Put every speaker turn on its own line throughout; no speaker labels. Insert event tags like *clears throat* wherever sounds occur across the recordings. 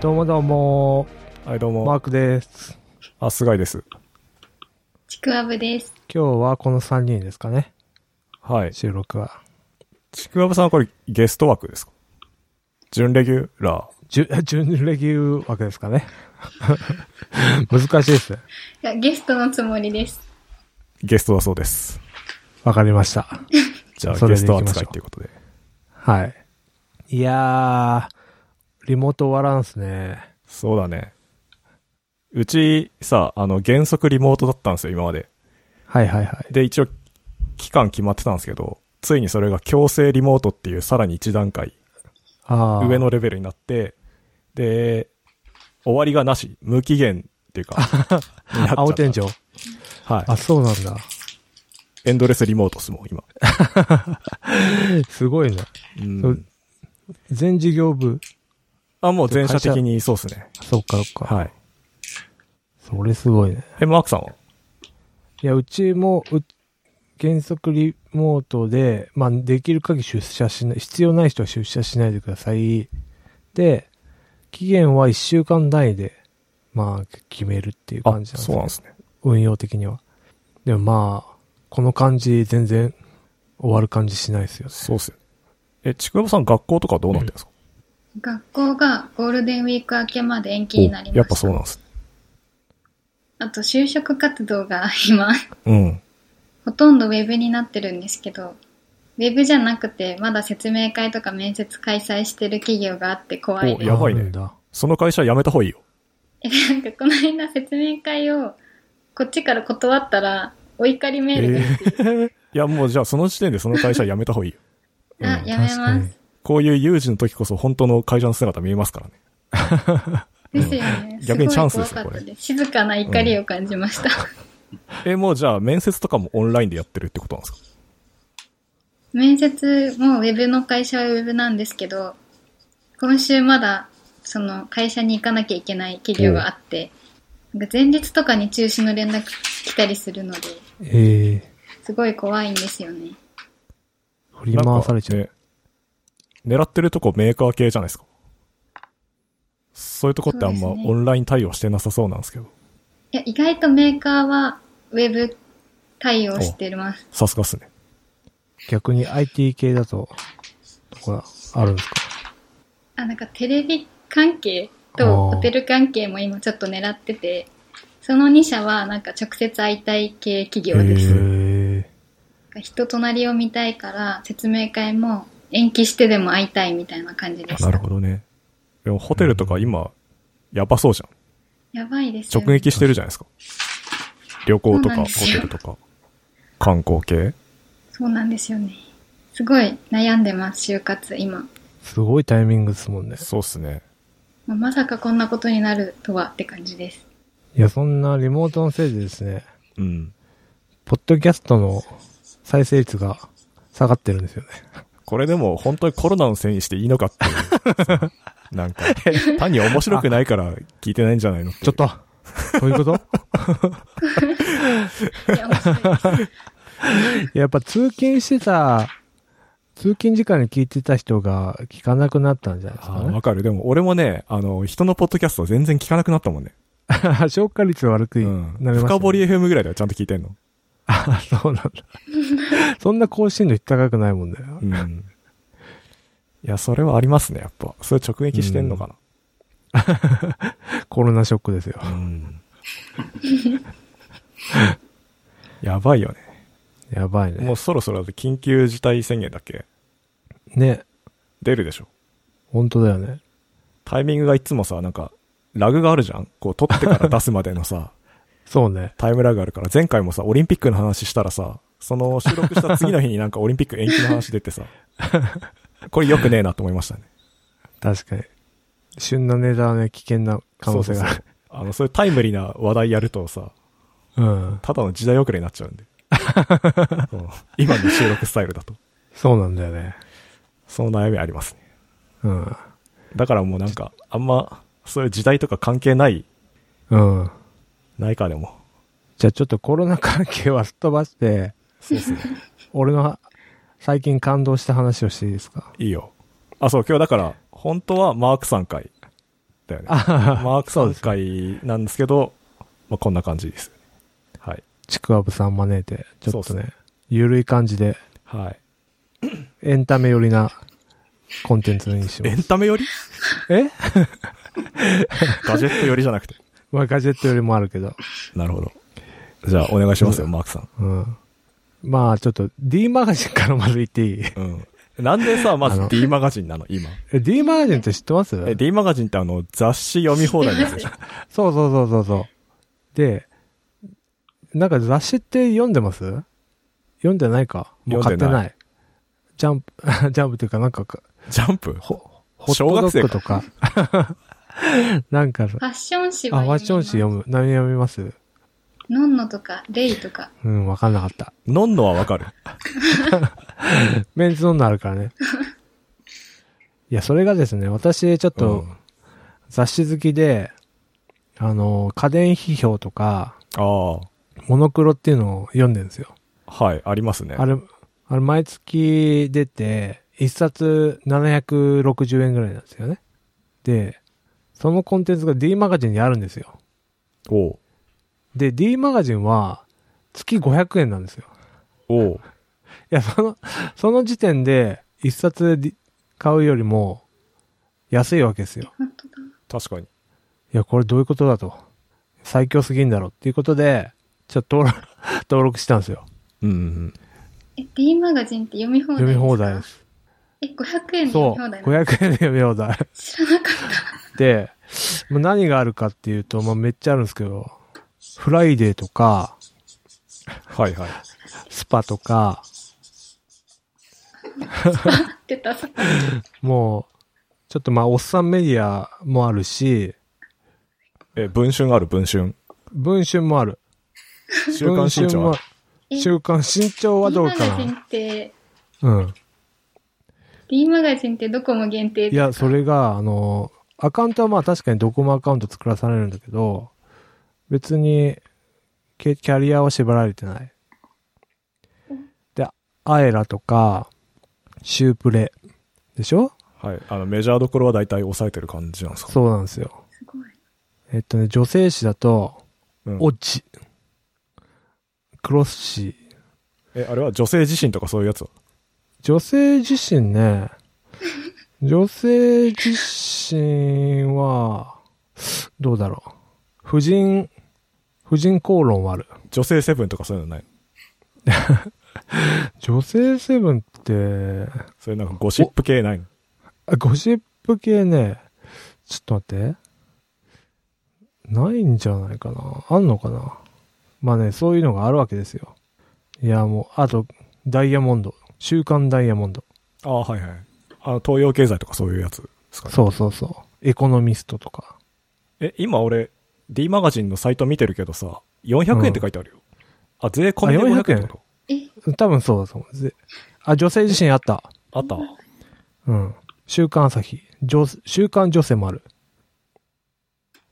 どうもどうも、
はい、どうも。
マークです。
あ、菅井です。
ちくわぶです。
今日はこの3人ですかね、
はい。
収録は。
ちくわぶさんはこれゲスト枠ですか準レギュラ
じゅ *laughs* 準レギュー枠ですかね。 *laughs* 難しいですね。
いや、ゲストのつもりです。
ー、ゲストだそうです。
わかりました。
じゃあ
それ
ゲ
で
ス
行きましょう
ト扱いっていうことで。
はい。いやー、リモート終わらんすね。
そうだね。うちさ、あの、原則リモートだったんですよ、今まで。
はいはいはい。
で、一応、期間決まってたんですけど、ついにそれが強制リモートっていうさらに一段階
あー
上のレベルになって、で、終わりがなし、無期限っていうか、
*laughs*
になっちゃった
青天井。
はい
あ、。そうなんだ。
エンドレスリモートっすもん、今。
すごいな。
うん
そう全事業部。
あ、もう全社的にそうですね。
そうかそうか。
はい。
それすごいね。
え、マークさんはい
や、うちも、う原則リモートで、まあ、できる限り出社しない、必要ない人は出社しないでください。で、期限は1週間単位で、まあ、決めるっていう感じなんです
そ
ね
うなんですね。
運用的には。でもまあ、この感じ、全然終わる感じしないですよね。
そうっすよ。え、ちくわぶさん学校とかどうなってるんですか、
学校がゴールデンウィーク明けまで延期になりました。
やっぱそうなんですね。
あと、就職活動が今、
うん。
*laughs* ほとんどウェブになってるんですけど、ウェブじゃなくて、まだ説明会とか面接開催してる企業があって怖い
お
です。
やばいね
あるんだ
その会社辞めた方がいいよ。
えなんか、この間説明会を、こっちから断ったら、お怒りメールが来て、
*laughs* いや、もうじゃあその時点でその会社辞めた方がいいよ。
えー
あ
う、ん
やめま
確
す。
こういう有事の時こそ本当の会社の姿見えますからね。
ですよね。す
逆
ご
に
い
チャン
怖
スですね
かった
こ
です。静かな怒りを感じました。
え、もうじゃあ面接とかもオンラインでやってるってことなんですか
面接もウェブの会社はウェブなんですけど今週まだその会社に行かなきゃいけない企業があって、なんか前日とかに中止の連絡来たりするので
え
すごい怖いんですよね
ー、振り回されちゃう。
なんかね狙ってるとこメーカー系じゃないですか。そういうとこってあんま
そうですね
オンライン対応してなさそうなんですけど。
いや意外とメーカーはウェブ対応してます
さすがっすね。
逆に IT 系だと、とか、あるんですか
あなんかテレビ関係
あ
と
ー
ホテル関係も今ちょっと狙っててその2社はなんか直接会いたい系企業です、
え
人となりを見たいから説明会も延期してでも会いたいみたいな感じでした
なるほどね。でもホテルとか今、やばそうじゃん。
やばいですよ、
直
ね、
撃してるじゃないですか。旅行と
そうな
か、
ん
ホ
です
テ
よ
ルとか、観光系。
そうなんですよねすごい悩んでます就活今
ー、すごいタイミングですもんね。
そうっすね。
まあまさかこんなことになるとはって感じです
いや、そんなリモートのせいでですね、
うん。
ポッドキャストの再生率が下がってるんですよね。
これでも本当にコロナのせいにしていいのかっていう。なんか、単に面白くないから聞いてないんじゃないのっていう
ちょっと、そういうこと
いや面白いです
やっぱ通勤してた、通勤時間に聞いてた人が聞かなくなったんじゃないです
あ
か
ー
ね
わ。かる。でも俺もね、あの、人のポッドキャストは全然聞かなくなったもんね。
消化率悪く
う。
なんりました、ね
深掘り FM ぐらいではちゃんと聞いてんの。
あ、そうなんだ。そんな更新率高くないもんだよ。
うん。いや、それはありますね、やっぱ。それ直撃してんのかな。
コロナショックですよ。
やばいよね。
やばいね。
もうそろそろだって緊急事態宣言だっけ
ね、
出るでしょ。
本当だよね。
タイミングがいつもさ、なんか、ラグがあるじゃんこう、撮ってから出すまでのさ、 *laughs*
そうね。
タイムラグあるから、前回もさ、オリンピックの話したらさ、その収録した次の日になんかオリンピック延期の話出てさ、これ良くねえなと思いましたね。
確かに。旬なネタはね、危険な可能性があ
そ
る。
うそうそうあの、そういうタイムリーな話題やるとさ、
うん。
ただの時代遅れになっちゃうんで。うん今の収録スタイルだと。
そうなんだよね。
その悩みありますね。
うん。
だからもうなんか、あんま、そういう時代とか関係ない、
うん。
ないかでも。
じゃあちょっとコロナ関係はすっ飛ばして、
そうですね。
俺の最近感動した話をしていいですか
*laughs* いいよ。あ、そう、今日だから、本当はマークさん会だよね。
あ
マーク
そうで
3
す
回なんですけど、まあ、こんな感じです。はい。
ちくわぶさん招いて、ちょっ
そ
と
うっ
ね、ゆるい感じで、
はい。
エンタメ寄りなコンテンツにしま
エ
す。
ンタメよ *laughs* り
え
ガジェットよりじゃなくて。
まあガジェットよりもあるけど。
なるほど。じゃあ、お願いしますよ、マークさん。
うん。まあちょっと D マガジンからまず言っていい
うん。なんでさ、ま
あ
ず
の
D マガジンなの、今。
え ?D マガジンって知ってます
え、D マガジンってあの、雑誌読み放題のやつで *laughs* しょ。
そうそうそうそうそう。で、なんか雑誌って読んでます読んでないかもう買ってない。
読んで
ジャンプ、ジャンプ *laughs* っていうかなんかか、
ジャンプ
ほ、ホットドッグとか。 *laughs* なんか、
ファッション誌
あ、
は
ワチョン誌読む。何読みます
ノンノとか、レイとか。
うん、わかんなかった。
飲んのはわかる。
メンズ飲んだある
*laughs*
からね。いや、それがですね、私、ちょっと
うん
雑誌好きで、あの、家電批評とか、
あ
モノクロっていうのを読んでるんですよ。
あ。はい、ありますね。
あれ、あれ、毎月出て、一冊760円ぐらいなんですよね。で、そのコンテンツが D マガジンにあるんですよ。
おう。
で、D マガジンは、月500円なんですよ。
おう。
いや、その、その時点で、一冊で買うよりも、安いわけですよ。
本当だ。
確か
い
に。
や、これどういうことだと。最強すぎんだろっていうことで、ちょっと登録登録したんですよ。
うんうんうん。
え、D マガジンって読み放題
読み放題
で
です
か。
す。
え、500円で読
そ
み
う。
放題なの
500円で読み放題。
知らなかっ
で、まあ何があるかっていうと、まあ、めっちゃあるんですけど、フライデーとか、
はいはい。
スパとか、
た。出た。そ
もう、ちょっとまあ、おっさんメディアもあるし、
え、文春ある、文春。
文春もある。
週刊新潮あ
文
る。
春も週刊新潮は
D
どう
マ
か
ガジン
な。
って、
うん。
D マガジンってどこも限定
いや、それが、あの、アカウントはまあ確かにドコモアカウント作らされるんだけど、別に、キキャリアは縛られてない。で、アエラとか、シュープレでしょ
はい。あの、メジャーどころは大体抑えてる感じなんですか
そうなんですよ。
すごい。
えっとね、女性誌だと、
うん
オチ、クロス誌。
え、あれは女性自身とかそういうやつは
女性自身ね、女性自身は、どうだろう。婦人、婦人公論はある。
女性セブンとかそういうのない
女性セブンって、
そういうなんかゴシップ系ないの
あゴシップ系ね、ちょっと待って。ないんじゃないかな。あんのかな。まあね、そういうのがあるわけですよ。いや、もう、あと、ダイヤモンド。週刊ダイヤモンド。
ああ、はいはい。あの、東洋経済とかそういうやつですかね。
そうそうそう。エコノミストとか。
え、今俺、D マガジンのサイト見てるけどさ、400円って書いてあるよ。あ、税込みで
あ400
500円
円
ってこと
え、
多分そうだと思う。ぜあ、女性自身あった。
あった
うん。週刊朝日。女週刊女性もある。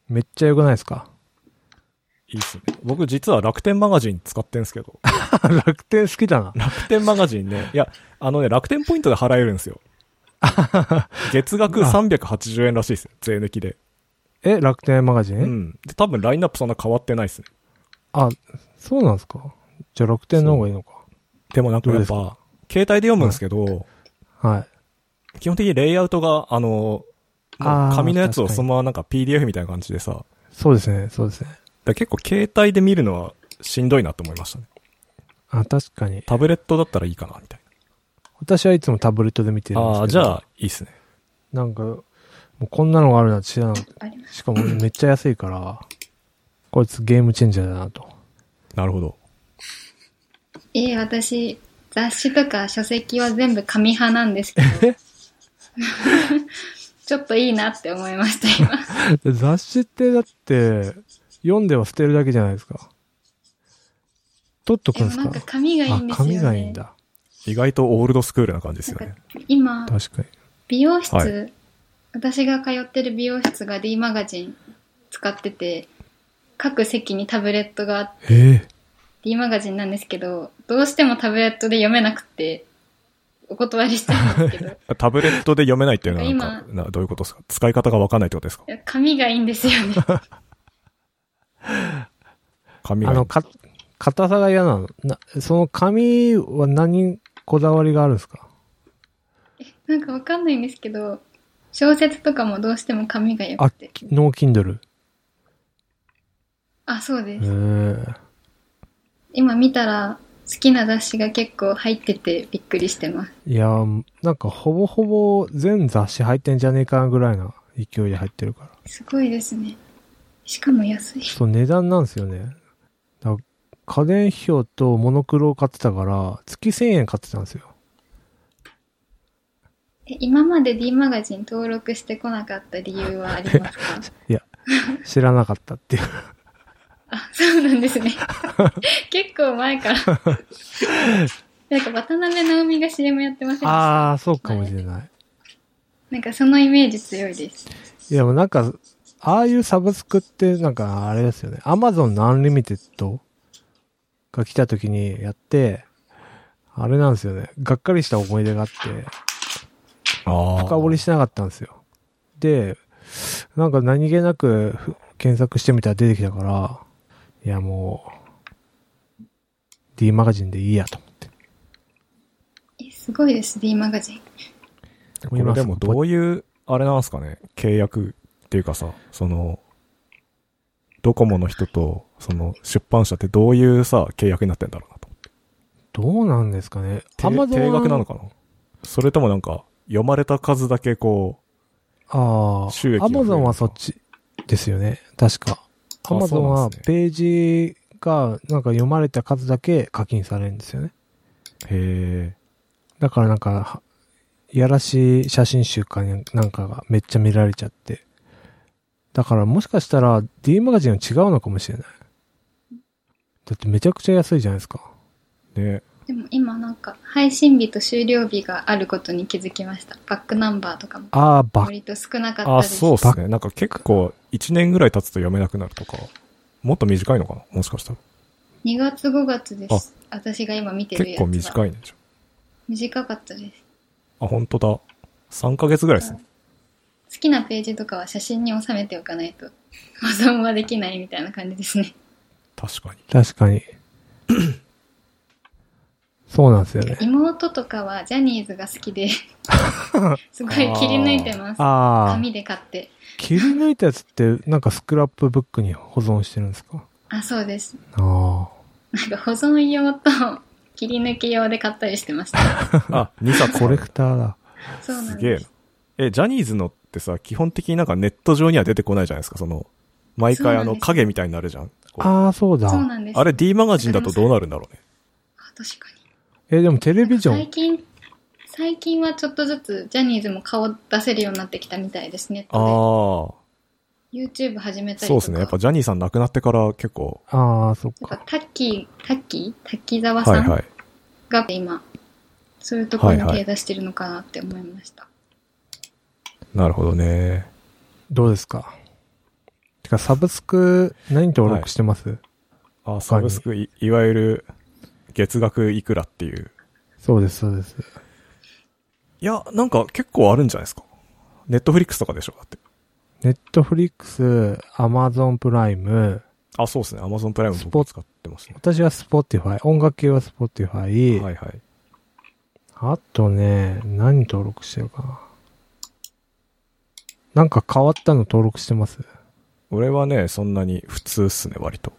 めっちゃ良くないですか *laughs*
いいっすね。僕実は楽天マガジン使ってんすけ *laughs* ど、
楽天好きだな。
楽天マガジンね、いや、あのね、楽天ポイントで払えるんです *laughs* よ。月額380円らしいですよ。税抜きで。
え、楽天マガジン、
うん。で、多分ラインナップそんな変わってないですね。
あ、そうなんですかじゃあ楽天の方がいいのか。
でもなんかやっ
どう
ぱ、携帯で読むんですけど、
はい。
基本的にレイアウトが、あの、も
あ
う
ー
紙のやつを
確かに
そのままなんか PDF みたいな感じでさ、だか
そうですね、そうですね。
ら結構携帯で見るのはしんどいなと思いましたね。
あ、確かに。
タブレットだったらいいかな、みたい
私はいつもタブレットで見てる
な。
んですけ
あ
ど。
あー、じゃあ、いいっすね。
なんか、もうこんなのがあるなんて知らなかっ
ありま
た。しかもめっちゃ安いから、こいつゲームチェンジャーだなと。
なるほど。
す。え、私、雑誌とか書籍は全部紙派なんですけど。 *laughs* ちょっといいなって思いました、今。
雑誌ってだって、読んでは捨てるだけじゃないですか。取っとく
で
ん
も
です
な
か
んか紙がいいん
あ
で、すよね。
紙がいいんだ。
意外とオールドスクールな感じですよ
なん
ね
か。今、
確かに。
美容室、
は
私が通ってる美容室が D マガジン使ってて、各席にタブレットが
ええ
D マガジンなんですけど、どうしてもタブレットで読めなくて、お断りしてるんですけ
*laughs*
ど
タブレットで読めないっていうのはなん
なん
か
か、
などういうことですか使い方がわかんないってことですか
紙がいいんですよね。
紙
あ
が
の、。か、硬さが嫌なの。な、その紙は何、こだわりがあるんですか
なんかわかんないんですけど、小説とかもどうしても紙が良
あ
くて。、
ノーキンドル。
あ、そうで
え
す。今見たら、好きな雑誌が結構入っててびっくりしてます。
いやー、なんかほぼほぼ全雑誌入ってんじゃねえかぐらいな勢いで入ってるから。
すごいですね。しかも安い。
そう、値段なんですよね。だ家電費用とモノクロを買ってたから、月1000円買ってたんですよ。
え今まで D マガジン登録してこなかった理由はありますか
知らなかったっていう。
あ、そうなんですね。結構前から。なんか渡辺直美が CM やってませんでし
*laughs*
た
ああ、そうかもしれない。
なんかそのイメージ強いです。
いや、もうなんか、ああいうサブスクって、なんかあれですよね。アマゾンのアンリミテッドが来た時にやって、あれなんですよね。がっかりした思い出があって、
ああ。
深掘りしなかったんですよ。で、なんか何気なくふ検索してみたら出てきたから、いやもう、D マガジンでいいやと思って。
え、すごいです、D マガジン。
これでもどういう、あれなんですかね、契約っていうかさ、その、ドコモの人と、その、出版社ってどういうさ、契約になってんだろうなと思って。
どうなんですかね。
定定額なのかなそれともなんか、読まれた数だけこ
ああ、
収益が
ア
増え
マ
る
ゾンはそっちですよね。確か。ア
あ
マゾン
そうな
は
んです
ページがなんか読まれた数だけ課金されるんですよね。
う、へえ、
だからなんか、はいやらしい写真集かなんかがめっちゃ見られちゃって。だからもしかしたら D マガジンは違うのかもしれない。だってめちゃくちゃ安いじゃないですか。
ね、
でも今なんか配信日と終了日があることに気づきました。バックナンバーとかも
ああ、バッ、
割と少なかった
あ、
です。
そうっすね。なんか結構、1年ぐらい経つと読めなくなるとか、もっと短いのかなもしかしたら。
2月5月です。私が今見てる
結
やつ
構
は。
短
い。
いね。じゃ
短かったです。
あ、本当だ。3ヶ月ぐらいですね。
好きなページとかは写真に収めておかないと保存はできないみたいな感じですね。
確かに。 *laughs*
確かに。 *clears throat* そうなんですよね。
妹とかはジャニーズが好
*laughs*
きで、すごい切り抜いてます。
ああ。
紙で買って。
切り抜いたやつって、なんかスクラップブックに保存してるんですか
あ、そうです。
あ
なんか保存用と切り抜き用で買ったりしてました。
あ、2冊
あ。コレクターだ。
そうな
す
ん
げえ
で
な
す。。
え、ジャニーズのってさ、基本的になんかネット上には出てこないじゃないですか、その、毎回あ
そうなん
の
です
影みたいになるじゃん。こう
ああ、そうだ。
そうなんです。
あれ D マガジンだとどうなるんだろうね。
あ確かに。
え、でもテレビジョ
最
ン。
近、最近はちょっとずつジャニーズも顔出せるようになってきたみたいですね。
ああー、
YouTube 始めたりとか。
そうですね。やっぱジャニーさん亡くなってから結構、
ああ、そっ
なん
か。
かタッキー、タッキー滝沢
は
さ
いは
ん
い。
が今、そういうところ
はいは
に
い
手出してるのかなって思いました。
なるほどね。
どうですかてか、サブスク、何登録してます、
あ、サブスクい、いわゆる、月額いくらっていう。
そうです、そうです。
いや、なんか結構あるんじゃないですか。ネットフリックスとかでしょ、だって。
ネットフリックス、アマゾンプライム、
あ、そうですね。アマゾンプライム
スポ
僕
ー
使ってますね。
私はスポティファイ、音楽系はスポティファイ、
はいはい。
あとね、何登録してるかな。なんか変わったの登録してます
俺はね、そんなに普通っすね、割と。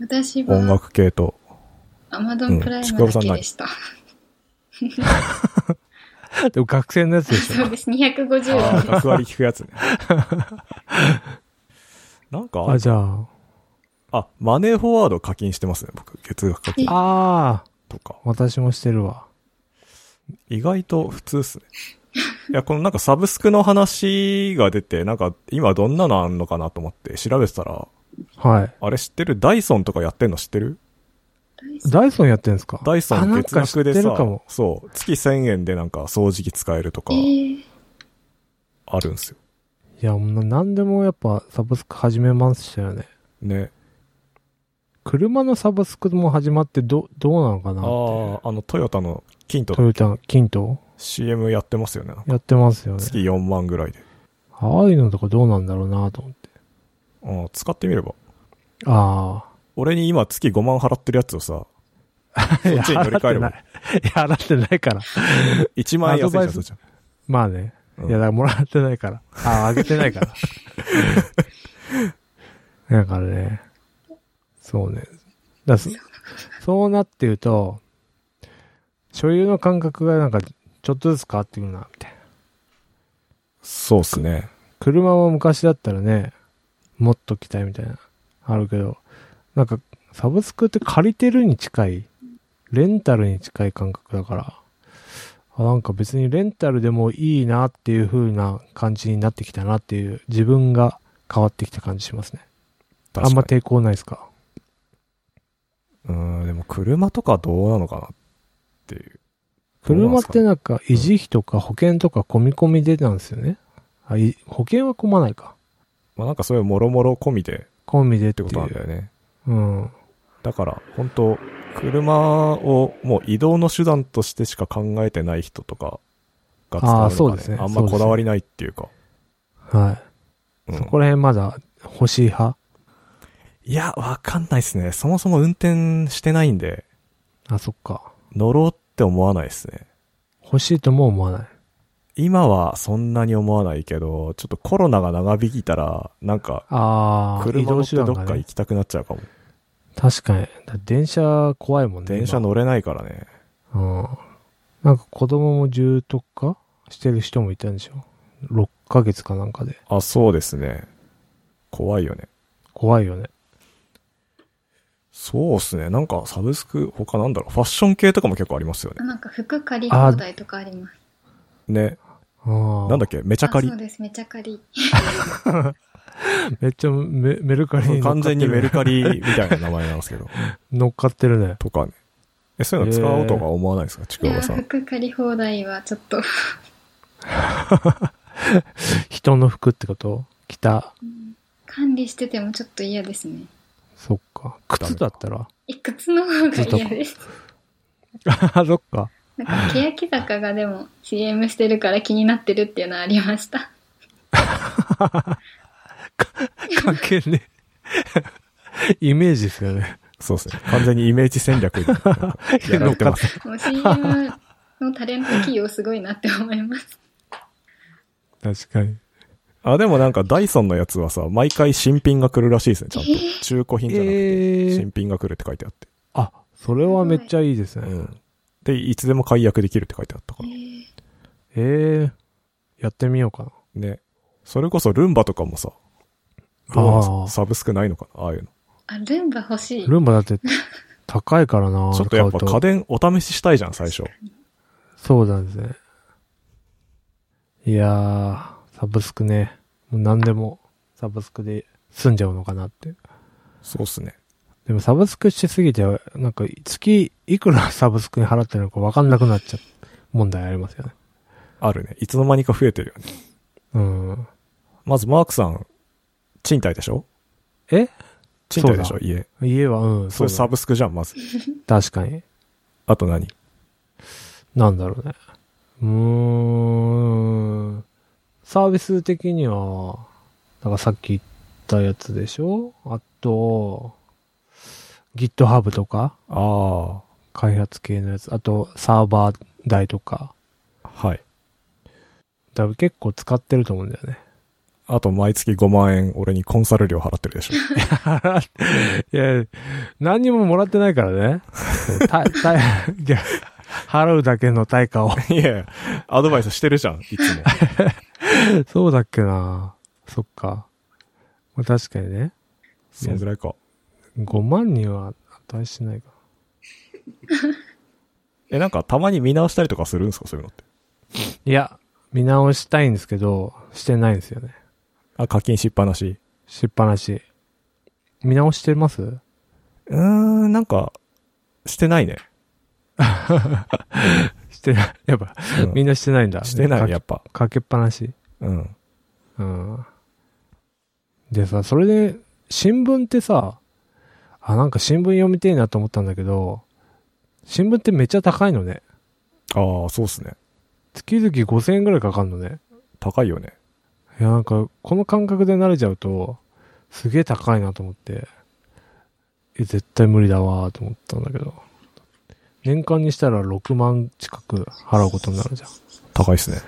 私
音
は
楽系と。
アマゾンプライ
ちく
ム
わぶ
だ
さん
け
ない
でした。
*laughs* でも学生のやつでしょ
*laughs* そうです。250
ああ、
円で
100割聞くやつね。なん
*laughs*
か
あ、、じゃあ。
あマネーフォワード課金してますね、僕。月額課金
ああ、
とか。
私もしてるわ。
意外と普通
*laughs*
っすね。いや、このなんかサブスクの話が出て、なんか今どんなのあんのかなと思って調べてたら、
はい。
あれ知ってるダイソンとかやってんの知ってる
す。
ダイソンやってんですか
ダイソ
あ
ン
なん
月
か知って
額で
る
さ
かも。、
そう、月1000円でなんか掃除機使えるとか
えー、
あるんですよ。
いや、もうなんでもやっぱサブスク始めましたよね。
ね。
車のサブスクも始まってど、どうなのかな
ああ、あのトヨタのキント
トヨタ、キント
CM やってますよね。
やってますよね。
月4万ぐらいで。
ああいうのとかどうなんだろうなと思って。
うん、使ってみれば。
あ
俺に今月5万払ってるやつをさ、
あ。
*laughs* そっちに乗り換えれば
*laughs* いや、払ってないいや払ってないから。
1万円安いじゃ
ア
ん、
ドバイス
そっちは
まあね。
うん
いや、だからもらってないから。 *laughs* ああ、あげてないから。 *laughs* だからね。そうね。だそそうなっていうと、所有の感覚がなんか、ちょっとずつ変わってくるな、みたいな。
そうっすね。
車は昔だったらね、もっと来たいみたいな、あるけど、なんか、サブスクって借りてるに近い、レンタルに近い感覚だから、あなんか別にレンタルでもいいなっていう風な感じになってきたなっていう、自分が変わってきた感じしますね。あんま
確か
抵抗ないですか
にうん、でも車とかどうなのかなっていう。
車って
どうなんすか
な
ね
んか維持費とか保険とか込み込みでなんですよね。あい保険は込まないか。
まあなんかそういうもろもろ込みでっ
込みでって
て
い
ことなんだ
う。
よね。
うん。
だから、本当車をもう移動の手段としてしか考えてない人とかが使うのか、ね、
あーそうですね
あんまこだわりないっていうか。
はい。
うん
そこら辺まだ欲しい派
いや、わかんないですね。そもそも運転してないんで、
あ、そっか。
乗ろうって思わないですね。
欲しいとも思わない。
今はそんなに思わないけど、ちょっとコロナが長引いたら、なんか、
ああ、移
車乗
動
って
手
ど
段
っ
が
か
ね
行。きたくなっちゃうかも。
確かに。だ電車怖いもんね。
電車乗れないからね。
今。うん。なんか子供も重篤化してる人もいたんでしょ ?6 ヶ月かなんかで。
あ、そうですね。怖いよね。
怖いよね。
そうですね。なんかサブスク、他なんだろう、ファッション系とかも結構ありますよね。
なんか服借り放題とかあります。
ね。
ああ。
なんだっけ、めちゃかり
あそう。です、めちゃ借り。
めっちゃメメルカリに乗っ
*laughs* 完
かってる、
全にメル
リ。
カリみたいな名前なんです
*laughs*
けど。
乗っかってるね。
とかね。え、そういうの使おうとか思わないですか、ち
い
くわ
や、
ばさん。
服借り放題はちょっと、
人の服ってこと着た。
管理しててもちょっと嫌ですね。
そっか。靴だった
*laughs*
ら。
え、靴の方が嫌です。
ああ、そっか。
なんか、欅坂がでも CM してるから気になってるっていうのはありました。
関係ねえ。イメージですよね。
そうですね。完全にイメージ戦略なんかやられてます。
もう CM のタレント企業すごいなって思います。
確かに。
あ、でもなんかダイソンのやつはさ、毎回新品が来るらしいですね、ちゃんと。中古品じゃなくて、
ええ
新品が来るって書いてあって。
あ、それはめっちゃいいです
う
ね。
ん。で、いつでも解約できるって書いてあったか
え
ら。
ー
ええやってみようかな。
ね。それこそルンバとかもさ、
あー
どうなんですかサブスクないのかなああいうの。
あ、ルンバ欲しい。
ルンバだって高いからな
*laughs* ちょっとやっぱ
買う
家電お試ししたいじゃん、最初。
そうなんですね。いやー、サブスクね。もう何でもサブスクで済んじゃうのかなって。
そうっすね。
でもサブスクしすぎて、なんか月いくらサブスクに払ってるのかわかんなくなっちゃう問題ありますよね。
あるね。いつの間にか増えてるよね。
うん。
まずマークさん、賃貸でしょ
え
賃貸でしょ
そう
家。
家は、うん、
それ
だ
サブスクじゃん、まず。
確かに。
あと何
なんだろうね。うーん。サービス的には、だからさっき言ったやつでしょあと、GitHub とか、
あ
開発系のやつ。あと、サーバー代とか。
あ。はい。
だから結構使ってると思うんだよね。
あと毎月5万円俺にコンサル料払ってるでしょ。
*laughs* いや、何にももらってないからね。 *laughs* たたいや払うだけの対価を。
*laughs* いやいや、アドバイスしてるじゃん、いつも。
*laughs* そうだっけなそっか。まあ確かにね。
*laughs* そんぐらいか。
5万には値しないか。
え、なんかたまに見直したりとかするんですか、そういうのって。
いや、見直したいんですけど、してないんですよね。
あ、課金しっぱなし。
しっぱなし。見直してます
うーん、なんか、してないね。
してない。 *laughs* やっぱ、
うん
みんなしてないんだ。
してない
か
ね、やっぱ。
かけっぱなし。
うん。
うん。でさ、それで、新聞ってさ、あ、なんか新聞読みてえなと思ったんだけど、新聞ってめっちゃ高いのね。
ああ、そうっすね。
月々5000円ぐらいかかるのね。
高いよね。
いや、なんか、この感覚で慣れちゃうと、すげえ高いなと思って、え、絶対無理だわーと思ったんだけど。年間にしたら6万近く払うことになるじゃん。
高いっすね。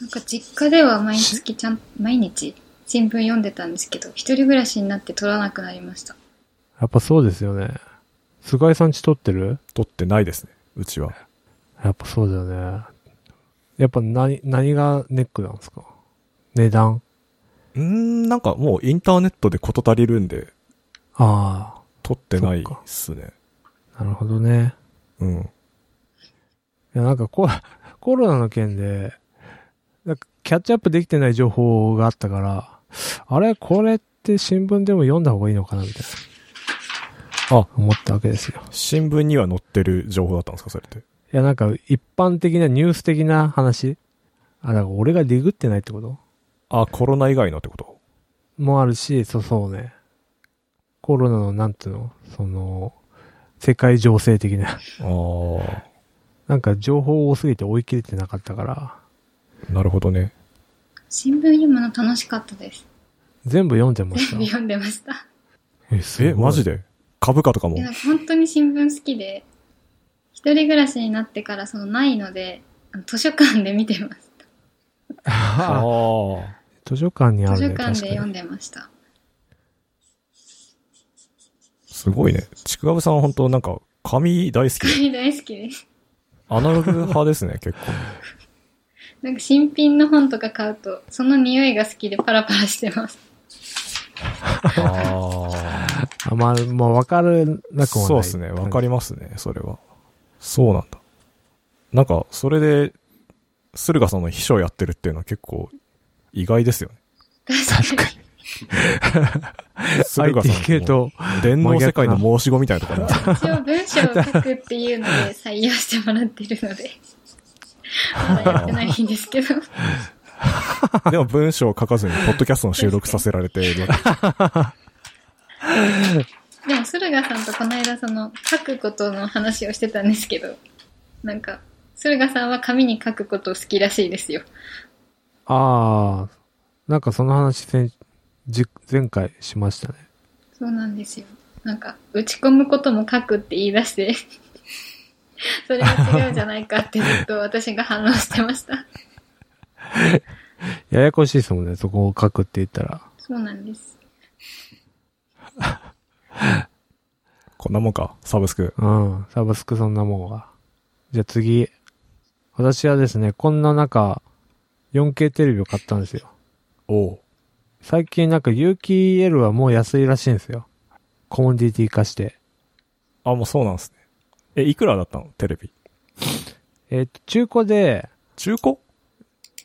なんか実家では毎月ちゃん、毎日新聞読んでたんですけど、一人暮らしになって取らなくなりました。
やっぱそうですよね。菅井さんち撮ってる
取ってないですね。うちは。
やっぱそうだよね。やっぱ何、何がネックなんですか値段。
うーん、なんかもうインターネットで事足りるんで、
あ
取ってないっすね。
あ、なるほどね。
うん。
いや、なんかコロ *laughs* コロナの件で、なんかキャッチアップできてない情報があったから、あれこれって新聞でも読んだ方がいいのかなみたいな。あ、思ったわけですよ。
新聞には載ってる情報だったんですか、それって。
いや、なんか一般的なニュース的な話あ、だから俺がディグってないってこと
あ、コロナ以外のってこと
もあるし、そうそうね。コロナのなんていうのその、世界情勢的な。 *laughs*
あ
なんか情報多すぎて追い切れてなかったから、
あ、なるほどね。
新聞読むの楽しかったです。
全部読んでました
全部。読んでました。
え、すごい
*laughs* え、マジで株価とかも
いや、。なんか本当に新聞好きで、一人暮らしになってからそのないので、あの図書館で見てます。
ああ。
図書館にあ
図書
るね。
館で
確か
読ん
に。
でました。
すごいね。ちくがぶさんは本当なんか、紙大好き。
紙大好きです。
アナログ派です *laughs* ね、結構。
なんか新品の本とか買うと、その匂いが好きでパラパラしてます。
ああ。
あ、まあ、まあ、わかるなくもない。
そうですね。わかりますね、それは。そうなんだ。なんか、それで、駿河さんの秘書やってるっていうのは結構意外ですよね。 *laughs*
確かに。
駿河さん
IT 系
も
と、
電脳世界の申し子みたいなところあ
一応文章を書くっていうので採用してもらってるので、まだやってないんですけど。
るでも文章を書かずに、ポッドキャストの収録させられているわけ。
でも、駿河さんとこの間、その、書くことの話をしてたんですけど、なんか、駿河さんは紙に書くこと好きらしいですよ。
ああ、なんかその話先、じ前回しましたね。
そうなんですよ。なんか、打ち込むことも書くって言い出して、 *laughs* それが違うんじゃないかってずっと私が反応してました。
ややこしいですもんね、そこを書くって言ったら。
そうなんです。
こんなもんか、サブスク。
うん、サブスクそんなもんは。じゃあ次。私はですね、こんな中、4K テレビを買ったんですよ。
おう。
最近なんか有機 EL はもう安いらしいんですよ。コモディティ化して。
あ、もうそうなんですね。え、いくらだったのテレビ。
えっ、と、中古で
中古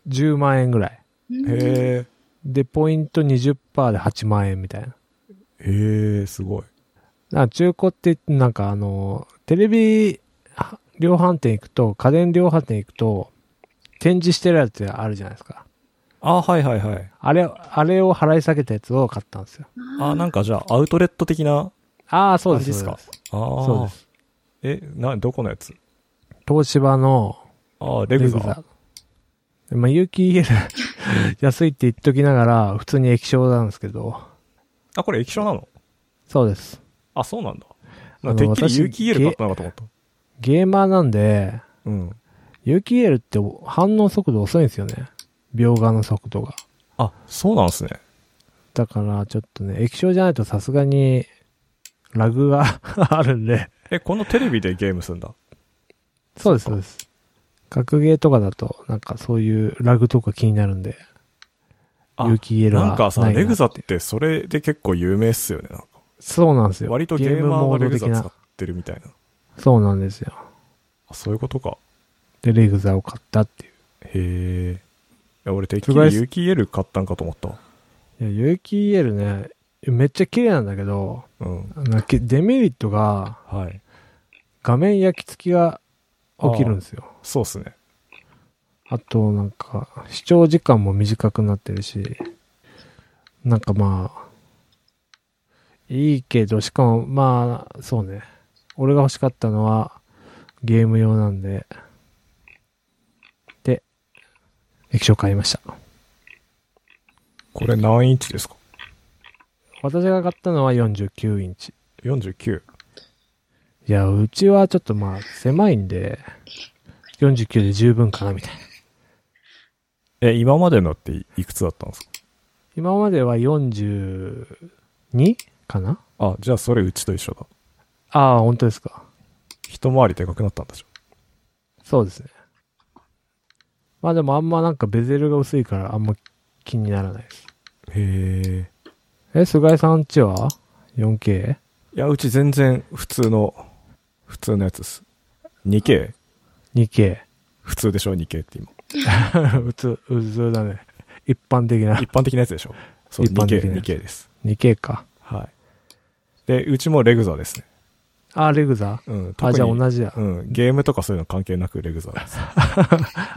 10万円ぐらい。
うん
へ
で、ポイント20%で8万円みたいな。だか
え。へえ、すごい。
ら中古って、なんかあの、テレビは量販店行くと、家電量販店行くと、展示してるやつあるじゃないですか。
あ、はいはいはい。
あれ、あれを払い下げたやつを買ったんですよ。
あ、なんかじゃあ、アウトレット的な。
ああ、そうです。
感じ
そうです
ああ。
そうです。
え、な、どこのやつ
東芝の
ああ、レ
レ
グ
グ
ザ。
ザ。まあ、有機 EL *laughs* 安いって言っときながら、普通に液晶なんですけど、
あ、これ液晶なの
そうです。
あ、そうなんだ。
あの
てっきり有機 EL
私
買ったのかと思った。
ゲーマーなんで、
うん。
有機 EL って反応速度遅いんですよね。描画の速度が。
あ、そうなんですね。
だから、ちょっとね、液晶じゃないとさすがに、ラグが *laughs* あるんで。
え、このテレビでゲームすんだ。
そうです、そうです。格ゲーとかだと、なんかそういうラグとか気になるんで、
あ
有機 EL は
なんかさ、
ないな
レグザってそれで結構有名っすよね。なんか
そうなんですよ。
割とゲーマーはレグザ使
な
っ。てるみたいな。
そうなんですよ。
あ、そういうことか。
で、レグザを買ったっていう。
へえ。いや、俺てっき
すごいっ
り
す
有機 EL 買ったんかと思ったわ。
いや、有機 EL ね、めっちゃ綺麗なんだけど、
うん。
あのけデメリットが、
はい。
画面焼き付きが起きるんですよ。
そうっすね。
あと、なんか、視聴時間も短くなってるし、なんかまあ、いいけど、しかも、まあ、そうね。俺が欲しかったのは、ゲーム用なんで。で、液晶買いました。
これ何インチですか
私が買ったのは49インチ。
?49。
いや、うちはちょっとまあ、狭いんで、49で十分かなみたいな。
え、今までのっていいくつだったんですか
今までは 42? かな
あ、じゃあそれうちと一緒だ。
ああ、本当ですか。
一回りでかくなったんでしょ。
そうですね。まあでもあんまなんかベゼルが薄いからあんま気にならないです。
へえ。
え、菅井さんちは ?4K?
いや、うち全然普通の、普通のやつです。2K?
?2K?
*laughs* 普通でしょ ?2K って今。
うつ、うつだね。一般的な。
一般的なやつでしょそう、
一般的
2K、
なやつ
2K です。
2K か。
はい。で、うちもレグザですね。
あ、レグザ
うん、特
あ、
に
じゃあ同じや。
うん、ゲームとかそういうの関係なくレグザで
*laughs*
す。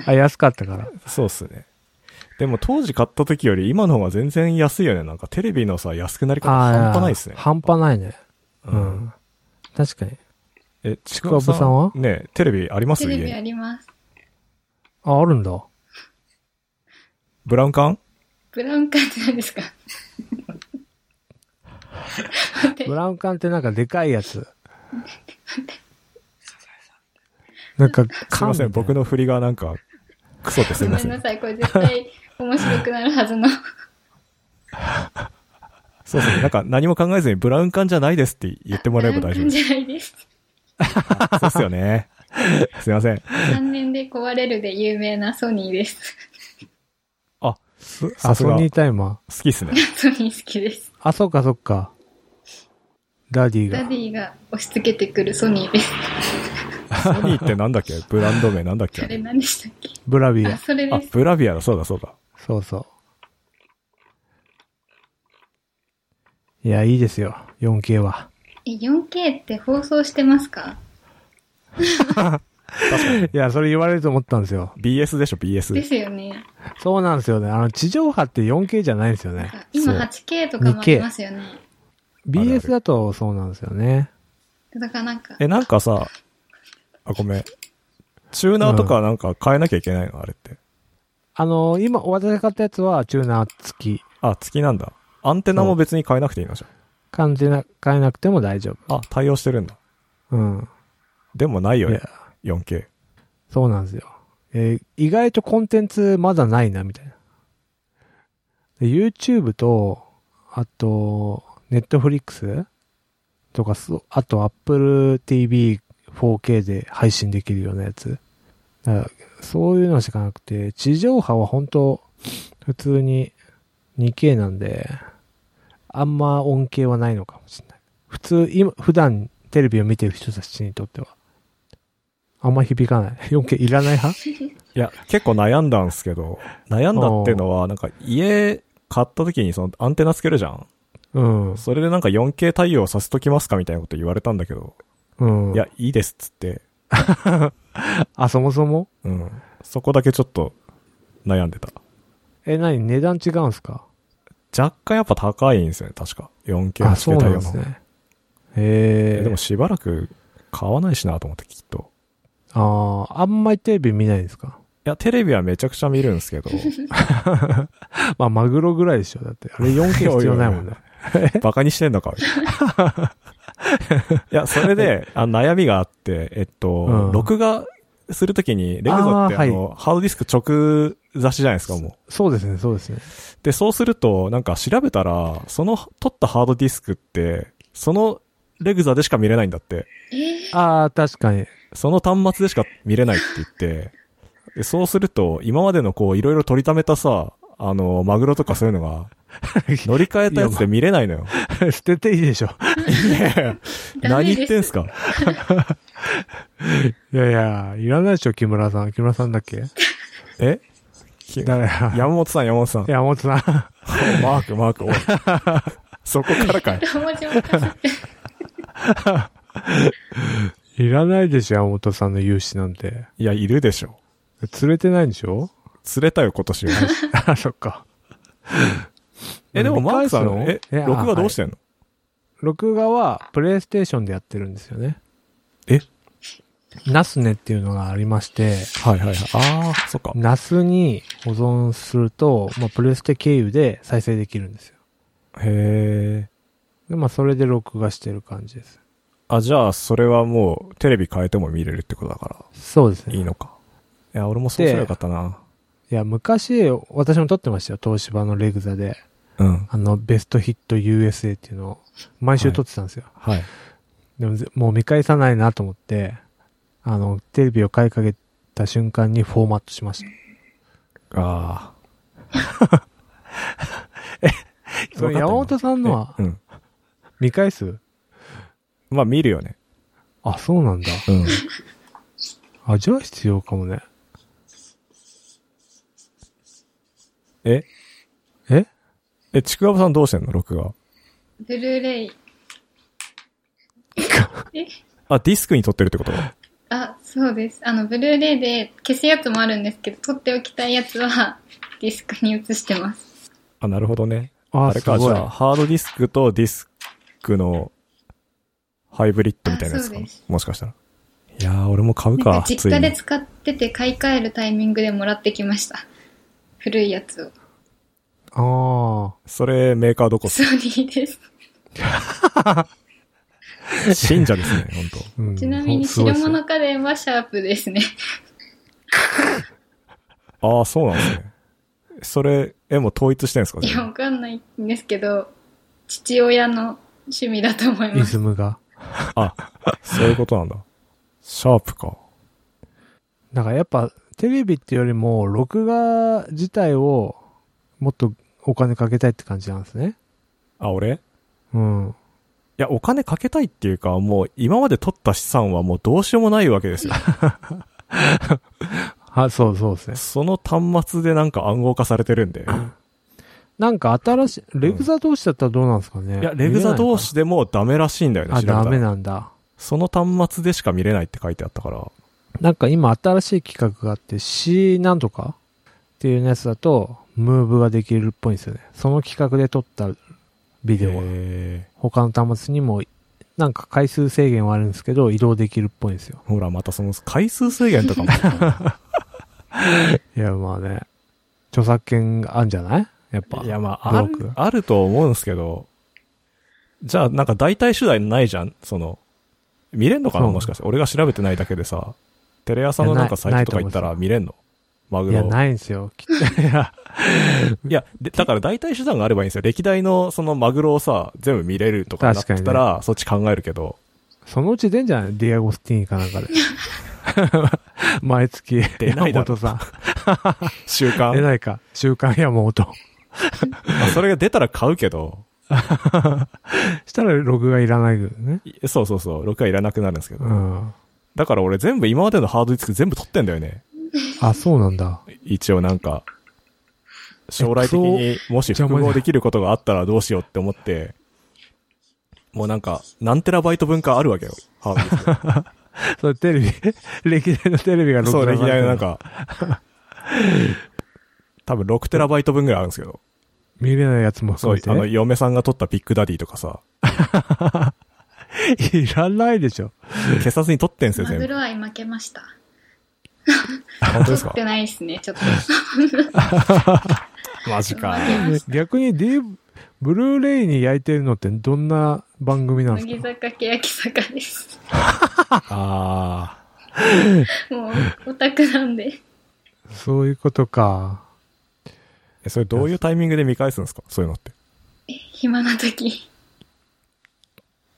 あ、安かったから。
そうっすね。でも当時買った時より今の方が全然安いよね。なんかテレビのさ、安くなり方
あー
*laughs* 半端ないっすね。
半端ないね。う
うん
ん。確かに。
え、ち
ちくわぶさんは
ねテレビあります
テレビ
家
あ
に。
ります。
あ、あるんだ。
ブラウン管
ブラウン管って何ですか待って
ブラウン管ってなんかでかいや
*laughs*
つ。なんか、
すいません、僕
の。
の振りがなんか、クソですい
ご
ま
め
せ。
んなんさい、これ絶対面白くなるはずの。
そうですね。なんか何も考えずにブラウン管じゃないですって言ってもらえば大丈夫で
じ *laughs*
す。
ゃないです。
そうっすよね。すいません。
3年で壊れるで有名なソニーです。 *laughs*
あ、す、
あ、
さす
ソ
が。
ニー
好
タイマー。
きっすね。
ソニー好きです。
あ、そっかそっか。ダディ
ダ
が
デ。ィが押し付けてくるソニーです。
ソニーってなんだっけブランド名なんだっけ
あ
あ
れ
れ
何でしたっけ
ブラビ
あ、
ア。
それ
あ
です。
ブラビアだ、そうだそうだ。
そうそう。いや、いいですよ。4K は。
え、4K って放送してますか
いや、それ言われると思ったんですよ。
BS でしょ、
で
BS。
すよね。
そうなんですよね。あの、地上波って 4K じゃないんですよ
なん
ね。
か今
そう
8K とかもありますよね。
あるあ
BS
る
だとそうなんですよね。
だからなんか、
え、なんかさ、あ、ごめん。チューナーとかなんか変えなきゃいけないのあれって。
あの、今、私が買ったやつはチューナー付き。
あ、月なんだ。アンテナも別に変えなくていいのじ
感じな、変えなくても大丈
ゃん。あ、対応してるんだ。
夫。うん。
でもないよ
い
ね
や、
4K。
そうなんですよ。えー意外とコンテンツまだないな、みたいな。で YouTube と、あと、Netflix とかそう、あと Apple TV4K で配信できるようなやつ。だからそういうのしかなくて、地上波は本当普通に 2K なんで、あんま恩恵はないのかもしれない。普通、今、普段テレビを見てる人たちにとっては。あんま響かない。4K *laughs* いらない派
いや、結構悩んだんすけど、悩んだっていうのは、なんか家買った時にそのアンテナつけるじゃん。
うん。
それでなんか 4K 対応させときますかみたいなこと言われたんだけど、
うん。
いや、いいですっつって、
あ、そもそも
うん。そこだけちょっと悩んでた。
え、なに値段違うんすか
若干やっぱ高いんですよね、確か。4K
あ、
8K
そう
対
な
応
ん
の。
ですね。へえ
え
ー。
でもしばらく買わないしなと思ってきっと。
ああ、あんまりテレビ見ないんですか
いや、テレビはめちゃくちゃ見るんですけど、
まあ、マグロぐらいでしょ。だって。あれ 4K 必要ないもん
*laughs*
ね。
バカにしてん
*laughs*
のか。いや、それで、あ悩みがあって、えっと、
うん
録画するときに、レグゾって
あー
あの、ハードディスク直差しじゃないですか、もう。
そうですね、そうですね。
で、そうすると、なんか調べたら、その取ったハードディスクって、そのレグザでしか見れないんだって。
ああ、確かに。 *laughs*
その端末でしか見れないって言って、でそうすると、今までのこう、いろいろ取りためたさ、あの、マグロとかそういうの
*laughs*
が、乗り換えたやつで見れないのよ。
捨てていいでしょ。
いやいや
ダメです
*laughs* 何言ってんすか
いやいや、いらないでしょ、木村さん。木村さんだっけ
*laughs* えき *laughs*
誰や。
山本さん、山本さ *laughs* ん。
山本さん。 *laughs*
マーク、マーク、おい。 *laughs* そこからかい。
顔文字もかって
いらないでしょ、山本さんの融資なんて。
いや、いるでしょ。
釣れてないんでしょ *laughs*
釣れたよ、今年は。
あ、そっか。
*laughs* え、でも、マークさん、え
見、返すの
録画どうしてんの
録画は、プレイステーションでやってるんですよね。
え
ナスネっていうのがありまして、
はいはいはい。ああ、そっか。
ナスに保存すると、まあ、プレステ経由で再生できるんですよ。
へえ。
で、まあ、それで録画してる感じです。
あ、じゃあ、それはもう、テレビ変えても見れるってことだか
そうです
ら、
ね。
いいのか。いや、俺もそうすればよかったな。
いや、昔、私も撮ってましたよ。東芝のレグザで。
うん。
あの、ベストヒット USA っていうのを、毎週撮ってたんですよ。
はい。
でもぜ、もう見返さないなと思って、あの、テレビを買いかけた瞬間にフォーマットしました。
あ *laughs* あ。
それ山本さんのは
えうん。
見返す
まあ、見るよね。
あ、そうなんだ。
*laughs* うん。
あ、じゃあ必要かもね。
え
え
え、ちくわぶさんどうしてんの録画。
ブルーレイ。え
あ、ディスクに撮ってるってこと
あ、そうです。あの、ブルーレイで消すやつもあるんですけど、取っておきたいやつは *laughs* ディスクに移してます。
あ、なるほどね。
あ
あれか、
す
じ
ごい
ゃあ、ハードディスクとディスクのハイブリッドみたいなやつ
あ
か
そうです
もしかしたら。いやー、俺も買う
なん
か
か。
つ
実
い
家で
に。
使ってて買い替えるタイミングでもらってきました。古いやつを。
あ
それ、メーカーどこっす
ソニーです。
*laughs* 信者ですね、本当
あ、うん
ちなみに
すごいっ
白
すよ
物家電はシャープですね。 *laughs*
*laughs* ああ、そうなんですね。それ、え、もう統一してんですか
い
全
や、
部
わかんないんですけど、父親の趣味だと思い
リ
ます。
ズムが。
そういうことなんだ。シャープか。
だからやっぱテレビっていうよりも録画自体をもっとお金かけたいって感じなんですね。
あ、俺い
うん。
や、お金かけたいっていうか、もう今まで取った資産はもうどうしようもないわけですよ。
あ、そうそうですね。
その端末でなんか暗号化されてるんで。
なんか新しい、レグザ同士だったらどうなんですかね。
いや、レグザ同士でもダメらしいんだよね、
見れないのかな。あ、ダ
調べ
メ
たら
なんだ。
その端末でしか見れないって書いてあったから。
なんか今新しい企画があって C なんとかっていうやつだとムーブができるっぽいんですよね。その企画で撮ったビデオは
へ
他の端末にもなんか回数制限はあるんですけど移動できるっぽいんですよ。
ーほら、またその回数制
*laughs*
限とかも。
いや、まあね。著作権があるんじゃないやっぱ。
いや、まあ、あ
ブロ
る
ッ、ク
あると思うんですけど、じゃあ、なんか代替手段ないじゃんその、見れんのかな
そう
もしかして。俺が調べてないだけでさ、テレ朝のなんかサイトとか行った
いや
ら
な
見れんのマグ
い
ロ。
や、
いや、
ないんですよ。 *laughs* きっといや、
でだから代替手段があればいいんですよ。歴代のそのマグロをさ、全部見れるとかなって
確
た、
から
そっち考えるけど、
そのうち出んじゃないディアゴスティーニかなんかで。 *laughs* 毎月。
出ないだろ
山本さ
週
ん。出
刊。
ないか。週刊山本。
まあそれが出たら買うけど、
したら録画いらないけどね。
いそうそうそう、録画いらなくなるんですけど。
うん。
だから俺全部、今までのハードディスク全部取ってんだよね。
あ、そうなんだ。
一応なんか、将来的にもし
邪
複
魔じゃん
合できることがあったらどうしようって思って、もうなんか、何テラバイト分かあるわけよ。ハードディ
*laughs*
スク
それテレビ、 *laughs* 歴代のテレビが録
そう、
画され
歴
てる
代のなん。か、多分6テラバイト分ぐらいあるんですけど。
見れないやつも
そ
含
う
め、て。
あの、嫁さんが撮ったビッグダディとかさ、
いらないでしょ。
消さずに撮ってんすよ、
マ
全
グ
部。
ロ愛負けました。
本当です
撮っ
か
てないですね、ちょっと。
マジか。
逆に D、ブルーレイに焼いてるのってどんな番組なん
乃
です
木
か
坂欅坂です。
あ
もう、オタクなんで。
そういうことか。
ー。それどういうタイミングで見返すんですかそういうのって。
暇な時。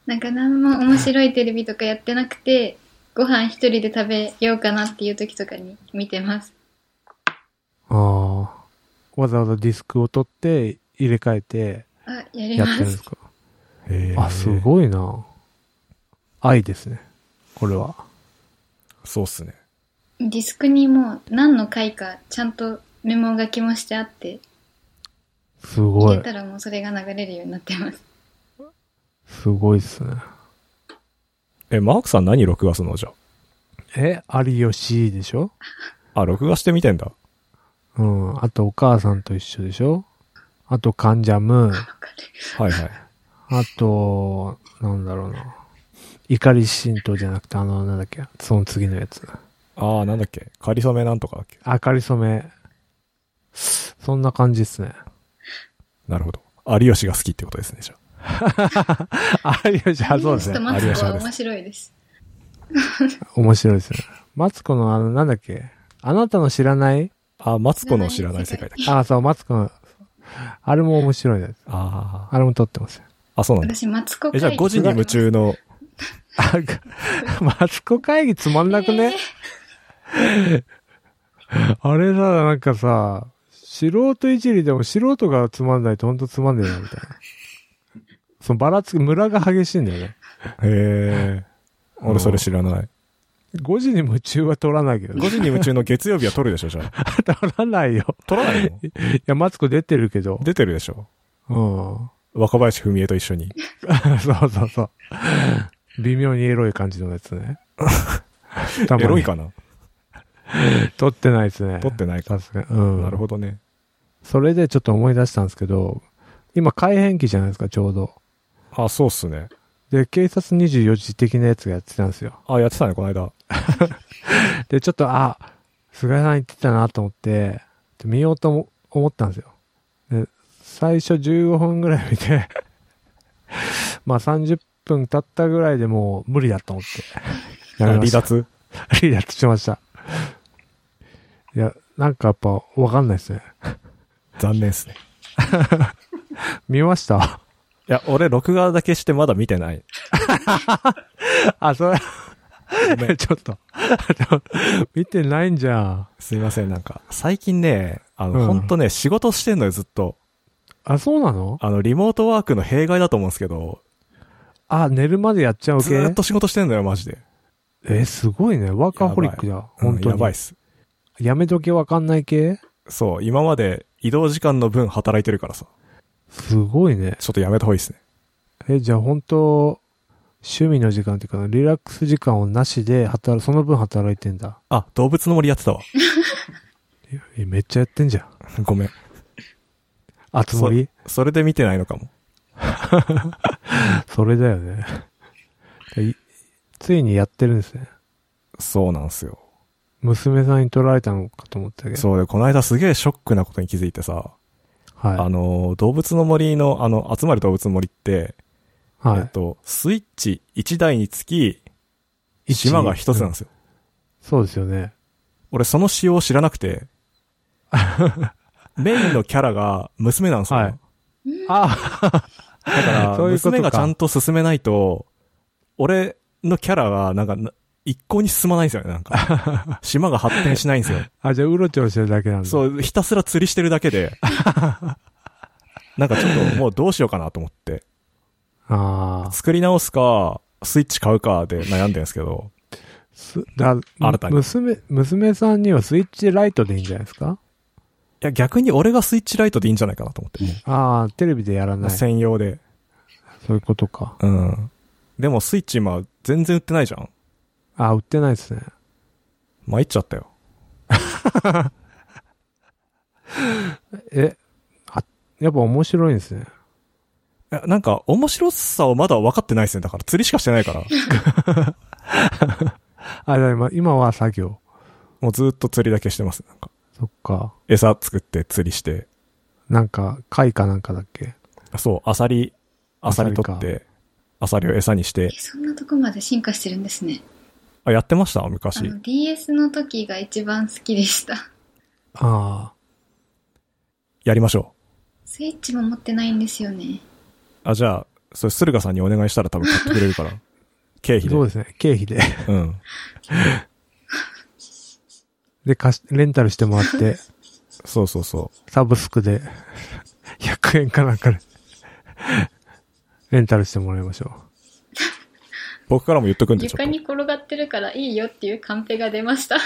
なんか何も面白いテレビとかやってなくて、ご飯一人で食べようかなっていう時とかに見てます。
ああ。わざわざディスクを取って入れ替えて
あ、やり
や
ま。
ってるんですすか。
へー
あ、すごいな。愛ですね。これは。
そうっすね。
ディスクにもう何の回かちゃんとメモ書きもしてあって、
す
入
ご
れ
い。
たらもうそれが流れるようになって
*laughs*
ます。
すごいっすね。
え、マークさん何録画するのじゃ
え、有吉でしょ
あ。あ、録画してみてんだ。
うん。あと、お母さんと一緒でしょあと、カンジャム。
わかる
はいはい。
あと、なんだろうな。怒り神道じゃなくて、あの、なんだっけ、その次のやつ。
ああ、なんだっけ。かりそめなんとかだっけ。
あ、かりそめ。そんな感じですね。
なるほど。有吉が好きってことですね、じゃ
有吉、あ、そうです
ち
ね。
ょっとマツコは
有吉派です
面白いです。
面白いですね。マツコのあの、なんだっけ、あなたの知らない
あ。あ、マツコの知らない世界だっけ。
あ、そう、マツコの、あれも面白いです。
ああ。
あれも撮ってますよ。
あ、そうなんだ。
私、マツコ
え、じゃあ5時に夢中の、
あがマツコ会議つまんなくね、あれさ、なんかさ、素人いじりでも素人がつまんないとほんとつまんねえな、みたいな。そのばらつき、ムラが激しいんだよね。
へえ。俺それ知らない。
5時に夢中は撮らないけど、 *laughs*
5時に夢中の月曜日は撮るでしょ、じゃあ。
撮らないよ。
撮らないの
いや、マツコ出てるけど。
出てるでしょ。
うん。 *laughs*
若林文江と一緒に。
そうそうそう。微妙にエロい感じのやつ
*laughs*
ね。たまに
エロいかな
撮ってないですね。
撮ってないか
さ。すが。うん。
なるほどね。
それでちょっと思い出したんですけど、今改変期じゃないですか、ちょうど。
あ、そうっすね。
で、警察24時的なやつがやってたんですよ。
あ、やってたね、この間。
で、ちょっと、あ、菅井さん言ってたなと思って、で見ようとも思ったんですよ。で、最初15分ぐらい見て、 *laughs* まあ30分経ったぐらいでもう無理だと思って。やめま
離
した
脱
*laughs* リラッとしました。いや、なんかやっぱわかんないですね。
残念っすね。
見ました *laughs*
いや、俺、録画だけしてまだ見てない。
あ、それ、
ごめん *laughs*
ちょっと、 *laughs* 見てないんじゃん。
すいません、なんか、最近ね、あの、
うん
ほんとね、仕事してんのよ、ずっと。
あ、そうなの
あの、リモートワークの弊害だと思うんですけど、
あ、寝るまでやっちゃう
ず
系
ーっと仕事してんのよ、マジで。
え、すごいね。ワーカホリックだ。本
うん
当
やばいっ
に。
す。
やめとけわかんない系
そう、今まで移動時間の分働いてるからさ、
すごいね。
ちょっとやめた方がいいっすね。
え、じゃあ本当趣味の時間っていうか、リラックス時間をなしで働、その分働いてんだ。
あ、動物の森やってたわ。
え、めっちゃやってんじゃん。
ごめん。
あつ森
それで見てないのかも。
それだよね。 *laughs* いついにやってるんですね。
そうなんすよ。
娘さんに取られたのかと思ったけど。
そうで、この間すげえショックなことに気づいてさ、あ
は
の、動物の森の、あの、集まる動物の森って、
い。は
えっと、スイッチ1台につき、
い。
島が一つなん
うん
ですよ。
そうですよね。
俺、その仕様を知らな
*laughs*
くて、メインのキャラが娘なんですよ。
はいあ *laughs*
だ *laughs* から、
そういうことか
娘がちゃんと進めないと、俺のキャラが、なんかな、一向に進まないんですよね、なん
*laughs*
か。島が発展しないんですよ。
あ、じゃあ、うろちょろしてるだけなんだ。う。
そう、ひたすら釣りしてるだ
*laughs*
けで、なんかちょっともうどうしようかなと思って、
ああ。
作り直すか、スイッチ買うかで悩んでるんですけど、
すだ
新たに
娘、娘さんにはスイッチライトでいいんじゃないですか
いや、逆に俺がスイッチライトでいいんじゃないかなと思って、も
ああ、テレビでやら
う
ない。そう
専用で。
いうことか。
うん。でもスイッチ今、全然売ってないじゃん。
ああ、売ってないですね。
参っちゃったよ。
え、あ、やっぱ面白いんですね。
いやなんか、面白さをまだ分かってないですね。だから、釣りしかしてな
*laughs*
いから。
あ、だ今、今は作業。
もうずっと釣りだけしてます。なんか、
そっか。
餌作って釣りして。
なんか、貝かなんかだっけ
そう、アサリ、アサ
アサ
リ
リ
取
か
って、アサリを餌にして
え。そんなとこまで進化してるんですね。
あ、やってました
あ
昔
の、。DS の時が一番好きでした。 *laughs*
あ
やりましょ
スイッチも持ってないんですよね。
う。あ、じゃあ、それ、駿河さんにお願いしたら多分買ってくれるから。
*laughs* あ。
経費で。
そう
う
ですね。経費で。 *laughs*
ん。
で、貸し、レンタルしてもら
*laughs*
って、
そうそうそ
サブスクで、100円かなんかで、レンタルしてもらいましょ
う。僕からも言っとくんで、ちょ
床
っ
に転がってるからいいよっていうカンペが出ました。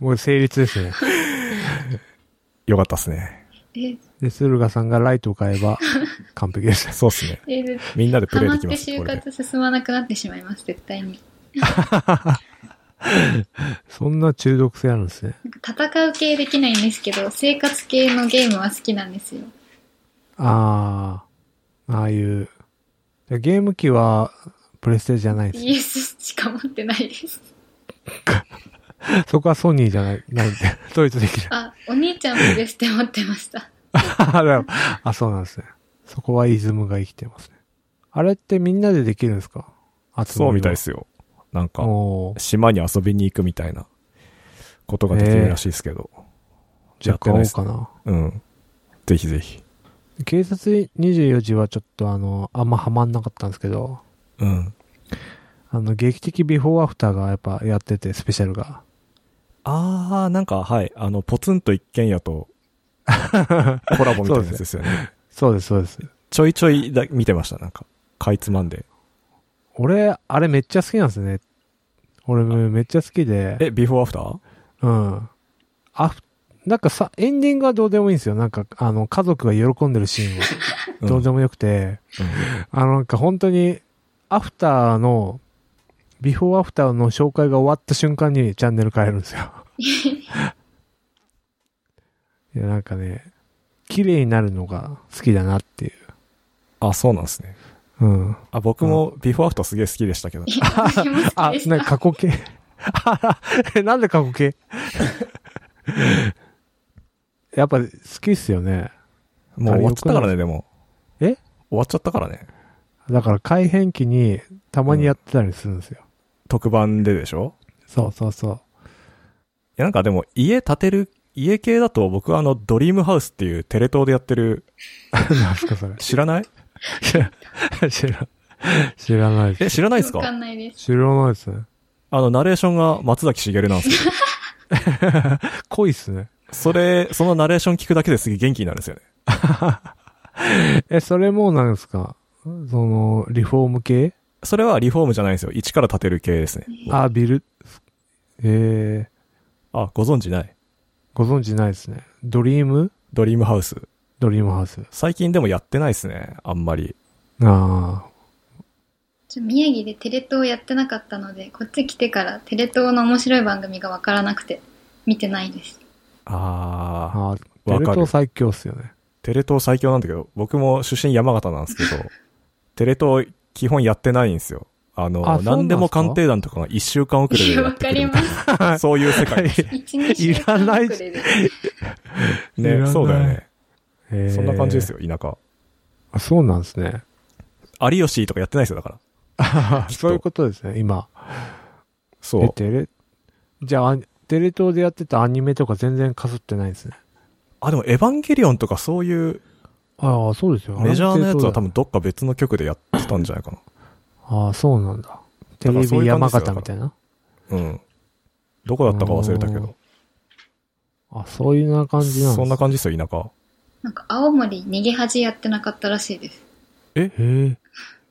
う。もう成立ですね。
と。よかったっすね。
*laughs* え、
で、駿河さんがライトを買えば、完璧です。
そうっすね。
えー、
みんなでプ
ハ
レイで
マっ
き
て
ます。
就
これで。
活進まなくなってしまいます、絶対に。
そんな中毒性あるん *laughs* ですね。
なんか戦う系できないんですけど、生活系のゲームは好きなんですよ。
ああ、ああいう、でゲーム機は、プレステじゃないです。
DS しか持ってないです。
そこはソニーじゃない、 *laughs* ないんで、統一できる。 *laughs*
あ、お兄ちゃんもベステ持って
*laughs*
ました。
あでもあ、そうなんですね。そこはイズムが生きてますね。あれってみんなでできるんですか
そうみたいで
です
すよ。なんか、
おー
島に遊びに行くみたいなことができるらしいですけど。
じゃあ買おうかな。
うん。ぜひぜひ。
警察24時はちょっとあの、あんまハマんなかったんですけど、
うん。
あの、劇的ビフォーアフターがやっぱやってて、スペシャルが。
あー、なんか、はい。あの、ポツンと一軒家と *laughs* コラボみたいなやつですよ *laughs* ね。
そうです、そうです。
ちょいちょいだ見てました、なんか。かいつまんで。
俺、あれめっちゃ好きなんですね。俺めっちゃ好きで、
え、ビフォーアフター
うん。あ、なんかさ、エンディングはどうでもいいんですよ。なんか、あの、家族が喜んでるシーンはどうでもよくて、あの、なんか本当に、アフターの、ビフォーアフターの紹介が終わった瞬間にチャンネル変えるんです *laughs* よ。いや、なんかね、綺麗になるのが好きだなっていう。
あ、そうなんですね。
うん。
あ、僕もビフォーアフターすげえ好きでしたけど。
いや私も好き
あ
で、し
なんか
た。
過去形。 *laughs* あえなんで過去形 *laughs* やっぱ好きっすよね。
もう終わっちゃったからね、でも。
え
終わっちゃったからね。
だから改変期にたまにやってたりするんですよ。
特番ででしょ
そうそうそう。
いや、なんかでも、家建てる、家系だと僕はあの、ドリームハウスっていうテレ東でやってる、
*laughs* 何すかそれ。
知らない
知ら、 *laughs* 知ら、知らないです。
え、知らないです
わか
か
んないです。
知らないですね。
あの、ナレーションが松崎しげるなんですよ。
濃いっすね。
それ、そのナレーション聞くだけですげえ元気になるんですよね。
え、それもなんですかその、リフォーム系
それはリフォームじゃないんですよ。一から建てる系ですね。
あ、ビル、えー、
あ、ご存知ない。
ご存知ないですね。ドリーム
ドリームハウス。
ドリームハウス。
最近でもやってないですね。あんまり。
ああ、
ちょ宮城でテレ東やってなかったので、こっち来てからテレ東の面白い番組がわからなくて、見てないです。
あー。
ああ、ベルト最強っすよね。
テレ東最強なんだけど、僕も出身山形なんですけど、テレ東基本やってないんですよ。あの、
あそうなんすか
何でも鑑定団とかが一週間遅れでや
わ
って
か
く
り
るみ
ま
たい
す。
な。そういう世界です。
一二週間遅れで。
いら
ね、
ない
そうだよね。
えー
そんな感じです。よ、田舎。
あ、そうなんです
*laughs*
ね。
有吉とかやってないですよ、だから。きっと
そういうことですね、今。
そ
え、
う。
テレ、じゃあ、あテレ東でやってたアニメとか全然かすってないですね。
あ、でも、エヴァンゲリオンとかそういう
ああ、そうですよ。
メジャーなやつは多
分。
分どっか別の局でやってたんじゃないか
ああ、そうなんだ。テレ
らそう
ビ
いう感
山
じですよ
形みたいな。
な。うん。どこだったか忘れたけど。
あ、そういうな感じなんです
そんな感じですよ、田舎。
なんか青森逃げ恥やってなかったらしいです。
じ。へえ。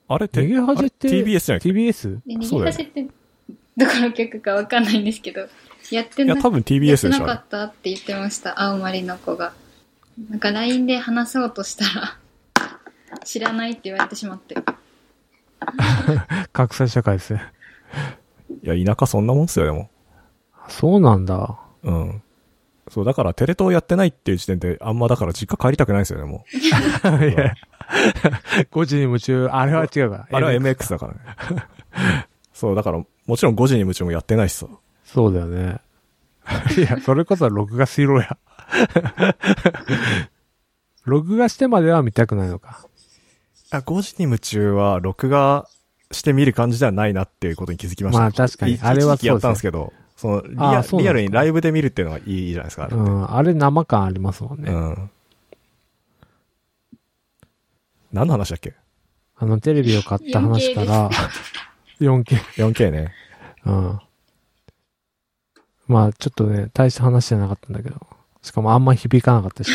あれて、
逃げ
あ
恥
れ
って。
TBS じゃない
TBS?
で
そ
逃
うだ
げ
よ
恥ってどこの曲かわかんないんですけど、やって
い
な
や、多分 TBS
や
で
って
し
な
ょ。
か
あれ
ったって言ってました、青森の子が。なんか LINE で話そうとしたら、知らないって言われてしまって。
格差社会ですね。
いや、田舎そんなもんっすよ、でも。
あそうなん
*laughs*
だ。
うん。そう、だからテレ東やってないっていう時点で、あんまだから実家帰りたくないんですよね、もう。
い *laughs* や、5時に夢中、あれは違うから。
あれは MX だからね。
*laughs*
そう、だから、もちろん5時に夢中もやってないしさ。
そうだよね。 *laughs* いや、それこそ録画しろや。 *laughs* 録画してまでは見たくないのか。
あ、5時に夢中は、録画して見る感じではないなっていうことに気づきました。
まあ確かに
い
あれは
一時期やったんです
そ
けど、そのリ
あそう
ア、
なんですか
リアルにライブで見るっていうのはいいじゃないですか、あれ
う。ん、あれ生感ありますもんね。
うん。何の話だっけ
あのテレビを買った話から、4K。
?4K ね。
うん。まあちょっとね、大した話じゃなかったんだけど。しかもあんま響かなかった *laughs* し。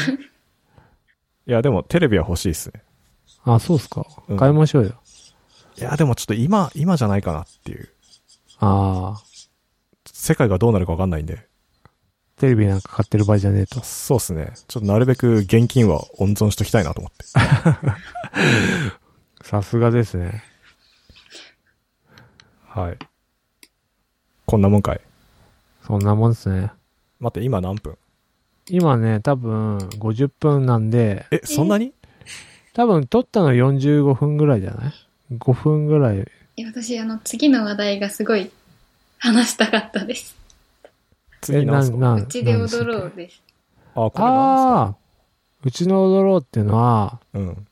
いや、でもテレビは欲しいっすね。
あ、そうっすか
うん。
買いましょうよ。
いや、でもちょっと今、今じゃないかなっていう。
ああ、
世界がどうなるかわかんないんで。
テレビなんか買ってる場合じゃねえと。
そうっすね。ちょっとなるべく現金は温存しときたいなと思って。
さすがですね。
はい。こんなもんかい。
そんなもんですね。
待って、今何分
今ね、多分50分なんで、
え、そんなに
多分撮ったの45分ぐらいじゃない5分ぐらい。
え私、あの、次の話題がすごい話したかったです。
次なんすか
な
うちで踊ろ
なんでした
う
っ
です。
あ、こ
け
れなん
ああー、うちの踊ろうっていうのは、
すかうん。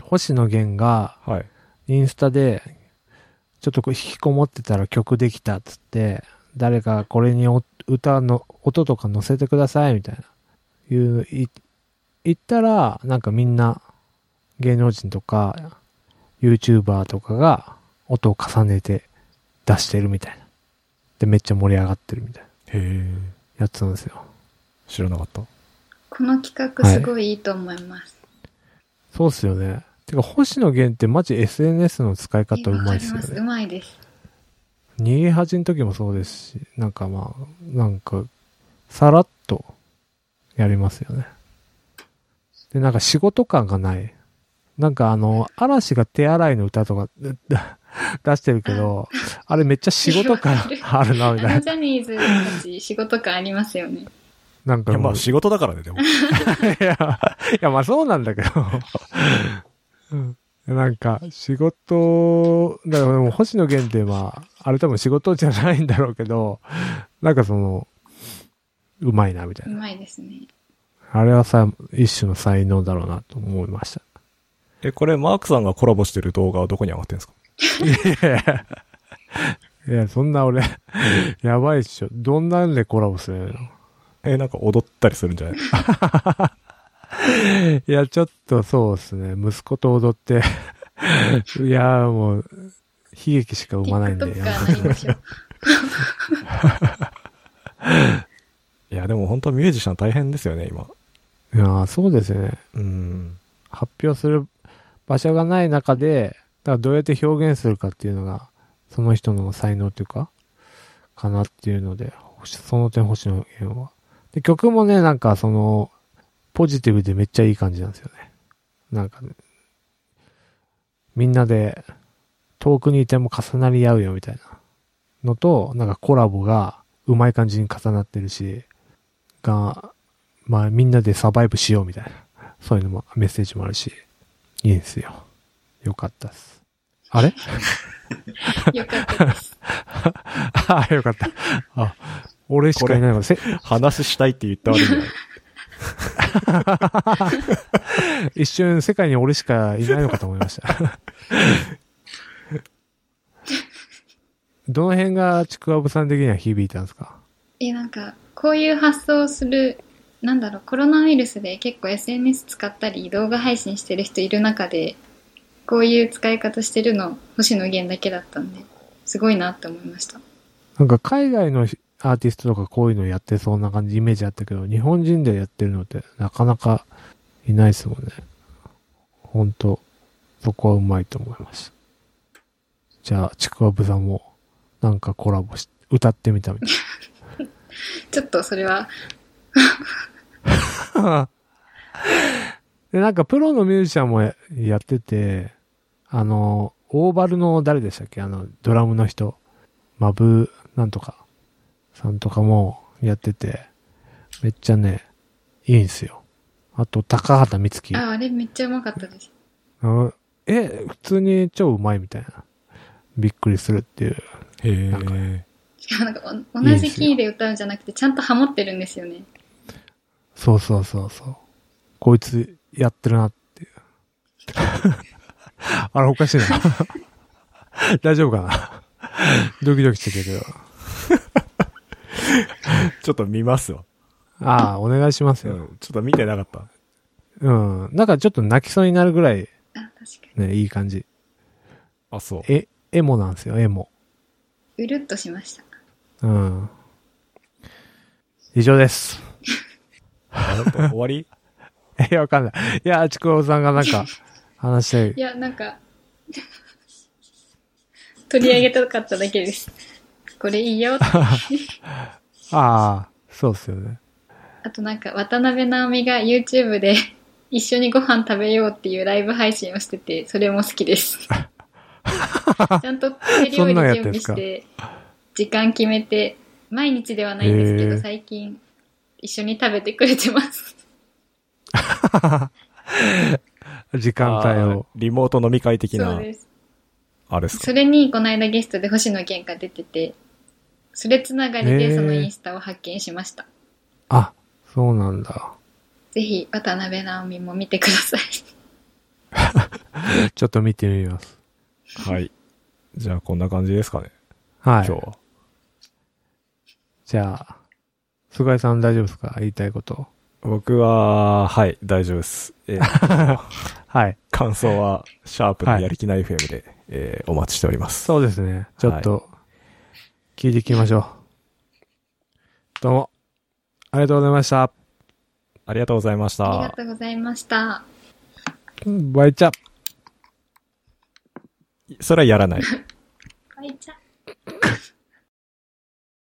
星野源が
はい。
インスタで、ちょっとこう引きこもってたら曲できたっつって、誰かこれにお歌の、音とか載せてくださいみたいな、いう、い言ったら、なんかみんな芸能人とか、YouTuber とかが音を重ねて出してるみたいな。で、めっちゃ盛り上がってるみたいな
へえ。
やつなんですよ。
知らなかった。
この企画すごいいいと思います。
そうっすよね。てか、星野源ってマジ SNS の使い
え
方う
わ
ま
か
いっ
り
すよ
ます。
ね
う。まいです。
逃げ恥の時もそうですし、なんかまあ、なんか、さらっとやりますよね。で、なんか仕事感がない。なんかあの、嵐が手洗いの歌とか *laughs* だだ出してるけ
*laughs*
ど、あれめっちゃ仕事感あるな、
あ
み
*laughs*
たい
の
な。
ジャニーズたち仕事感あります
*laughs*
よね。
なん
い
か
や、ま
もう
あ仕事だからね、で *laughs* も。
いや、いやまあそうなんだけど。うんなんか、仕事、だからでも星野源ってまあ、あれ多分仕事じゃないんだろうけど、なんかその、うまいな、みた
う
いな。
まいですね。
あれはさ、一種の才能だろうなと思いました。
え、これマークさんがコラボしてる動画はどこに上がってるんです
い
か
やいやいや、そんな俺、やばいっしょ。どんなんでコラボするの
え、なんか踊ったりするんじゃない
いや、ちょっとそうですね。息子と踊って、いや、もう、悲劇しか生まないんで。やめて
TikToker なりましょう。
*laughs* いや、でも本当ミュージシャン大変ですよね、今。
いやーそうですよね。
うん。
発表する場所がない中で、だからどうやって表現するかっていうのが、その人の才能というか、かなっていうので、星その点星野源は。で、曲もね、なんかその、ポジティブでめっちゃいい感じなんですよね。なんかね、みんなで遠くにいても重なり合うよみたいなのと、なんかコラボがうまい感じに重なってるし、が、まあみんなでサバイブしようみたいな。そういうのも、メッセージもあるし、いいんですよ。よかったっす。あれ
よかったです。
*laughs* あよかった。あ、俺しかいないわ。せ
話したいって言ったわけじゃない。
一瞬世界に俺しかいないのかと思いました。 *laughs* どの辺がちくわぶさん的には響いたんですか
え、なんか、こういう発想をする、なんだろう、コロナウイルスで結構 SNS 使ったり動画配信してる人いる中で、こういう使い方してるの、星野源だけだったんで、すごいなって思いました。
なんか海外のアーティストとかこういうのやってそうな感じ、イメージあったけど、日本人でやってるのってなかなかいないですもんね。ほんと、そこはうまいと思いました。じゃあ、ちくわぶさんも、なんかコラボし、歌ってみたみたい
ちょっとそれは、
な。で、なんかプロのミュージシャンもややってて、あの、オーバルの誰でしたっけあの、ドラムの人。マブなんとかさんとかもやってて、めっちゃね、いいんすよ。あと、高畑充希。
あ、あれめっちゃうまかったです。
うんえ、普通に超うまいみたいな。びっくりするっていう。
へ
なんか
え。
しかもなんかお
いい
同
で
じ
すよ
キーで歌うんじゃなくて、ちゃんとハモってるんですよね。
そうそうそうそう。こいつやってるなっていう。 *laughs* あれおかしいな。 *laughs* 大丈夫かなドキドキしてるけど。
ちょっと見ますわ。
ああ、お願いします
う
よ。
ん。ちょっと見てなかった。
うん。なんかちょっと泣きそうになるぐらい、
あ、確か
ね、いい感じ。
あ、そう。
え、エモなんですよ、エモ。
に。うるっとしました。
うん。以上です。 *laughs*
あ本当終わ *laughs* り
いや、わかんない。いや、ちくわぶさんがなんか、話したい
い。や、なんか、 *laughs* 取り上げたかっただけです。これい
*laughs*
いよって。
ああ、そうっすよね。
あとなんか、渡辺直美が YouTube で *laughs* 一緒にご飯食べようっていうライブ配信をしてて、それも好き
*laughs*
です。ちゃんと手料
そん
理
なんやって
準
ん
備
すか
して、時間決めて、毎日ではないんですけ
へー
ど、最近一緒に食べてくれてます。
時間帯を
あー。リモート飲み会的
そう
な。
です。
あれですか
それに、この間ゲストで星野源が出てて、それつながり
へ
で
ー
そのインスタを発見しました。
あ、そうなんだ。
ぜひ、渡辺直美も見てください。
ちょっと見てみます。
はい。じゃあ、こんな感じですかね、
はい。
今日は。
じゃあ、菅井さん大丈夫ですか言いたい
*laughs*
こと。
僕は、はい、大丈夫です。えー
はい。
感想は、シャープの
はい
やりきない FM で、えーお待ちしております。
そうですね。ちょっと、聞いていきましょう。どうも、ありがとうございました。
ありがとうございまし
あり
た
が。とうございました。
バイチャ。
それはやらない。
バイチャ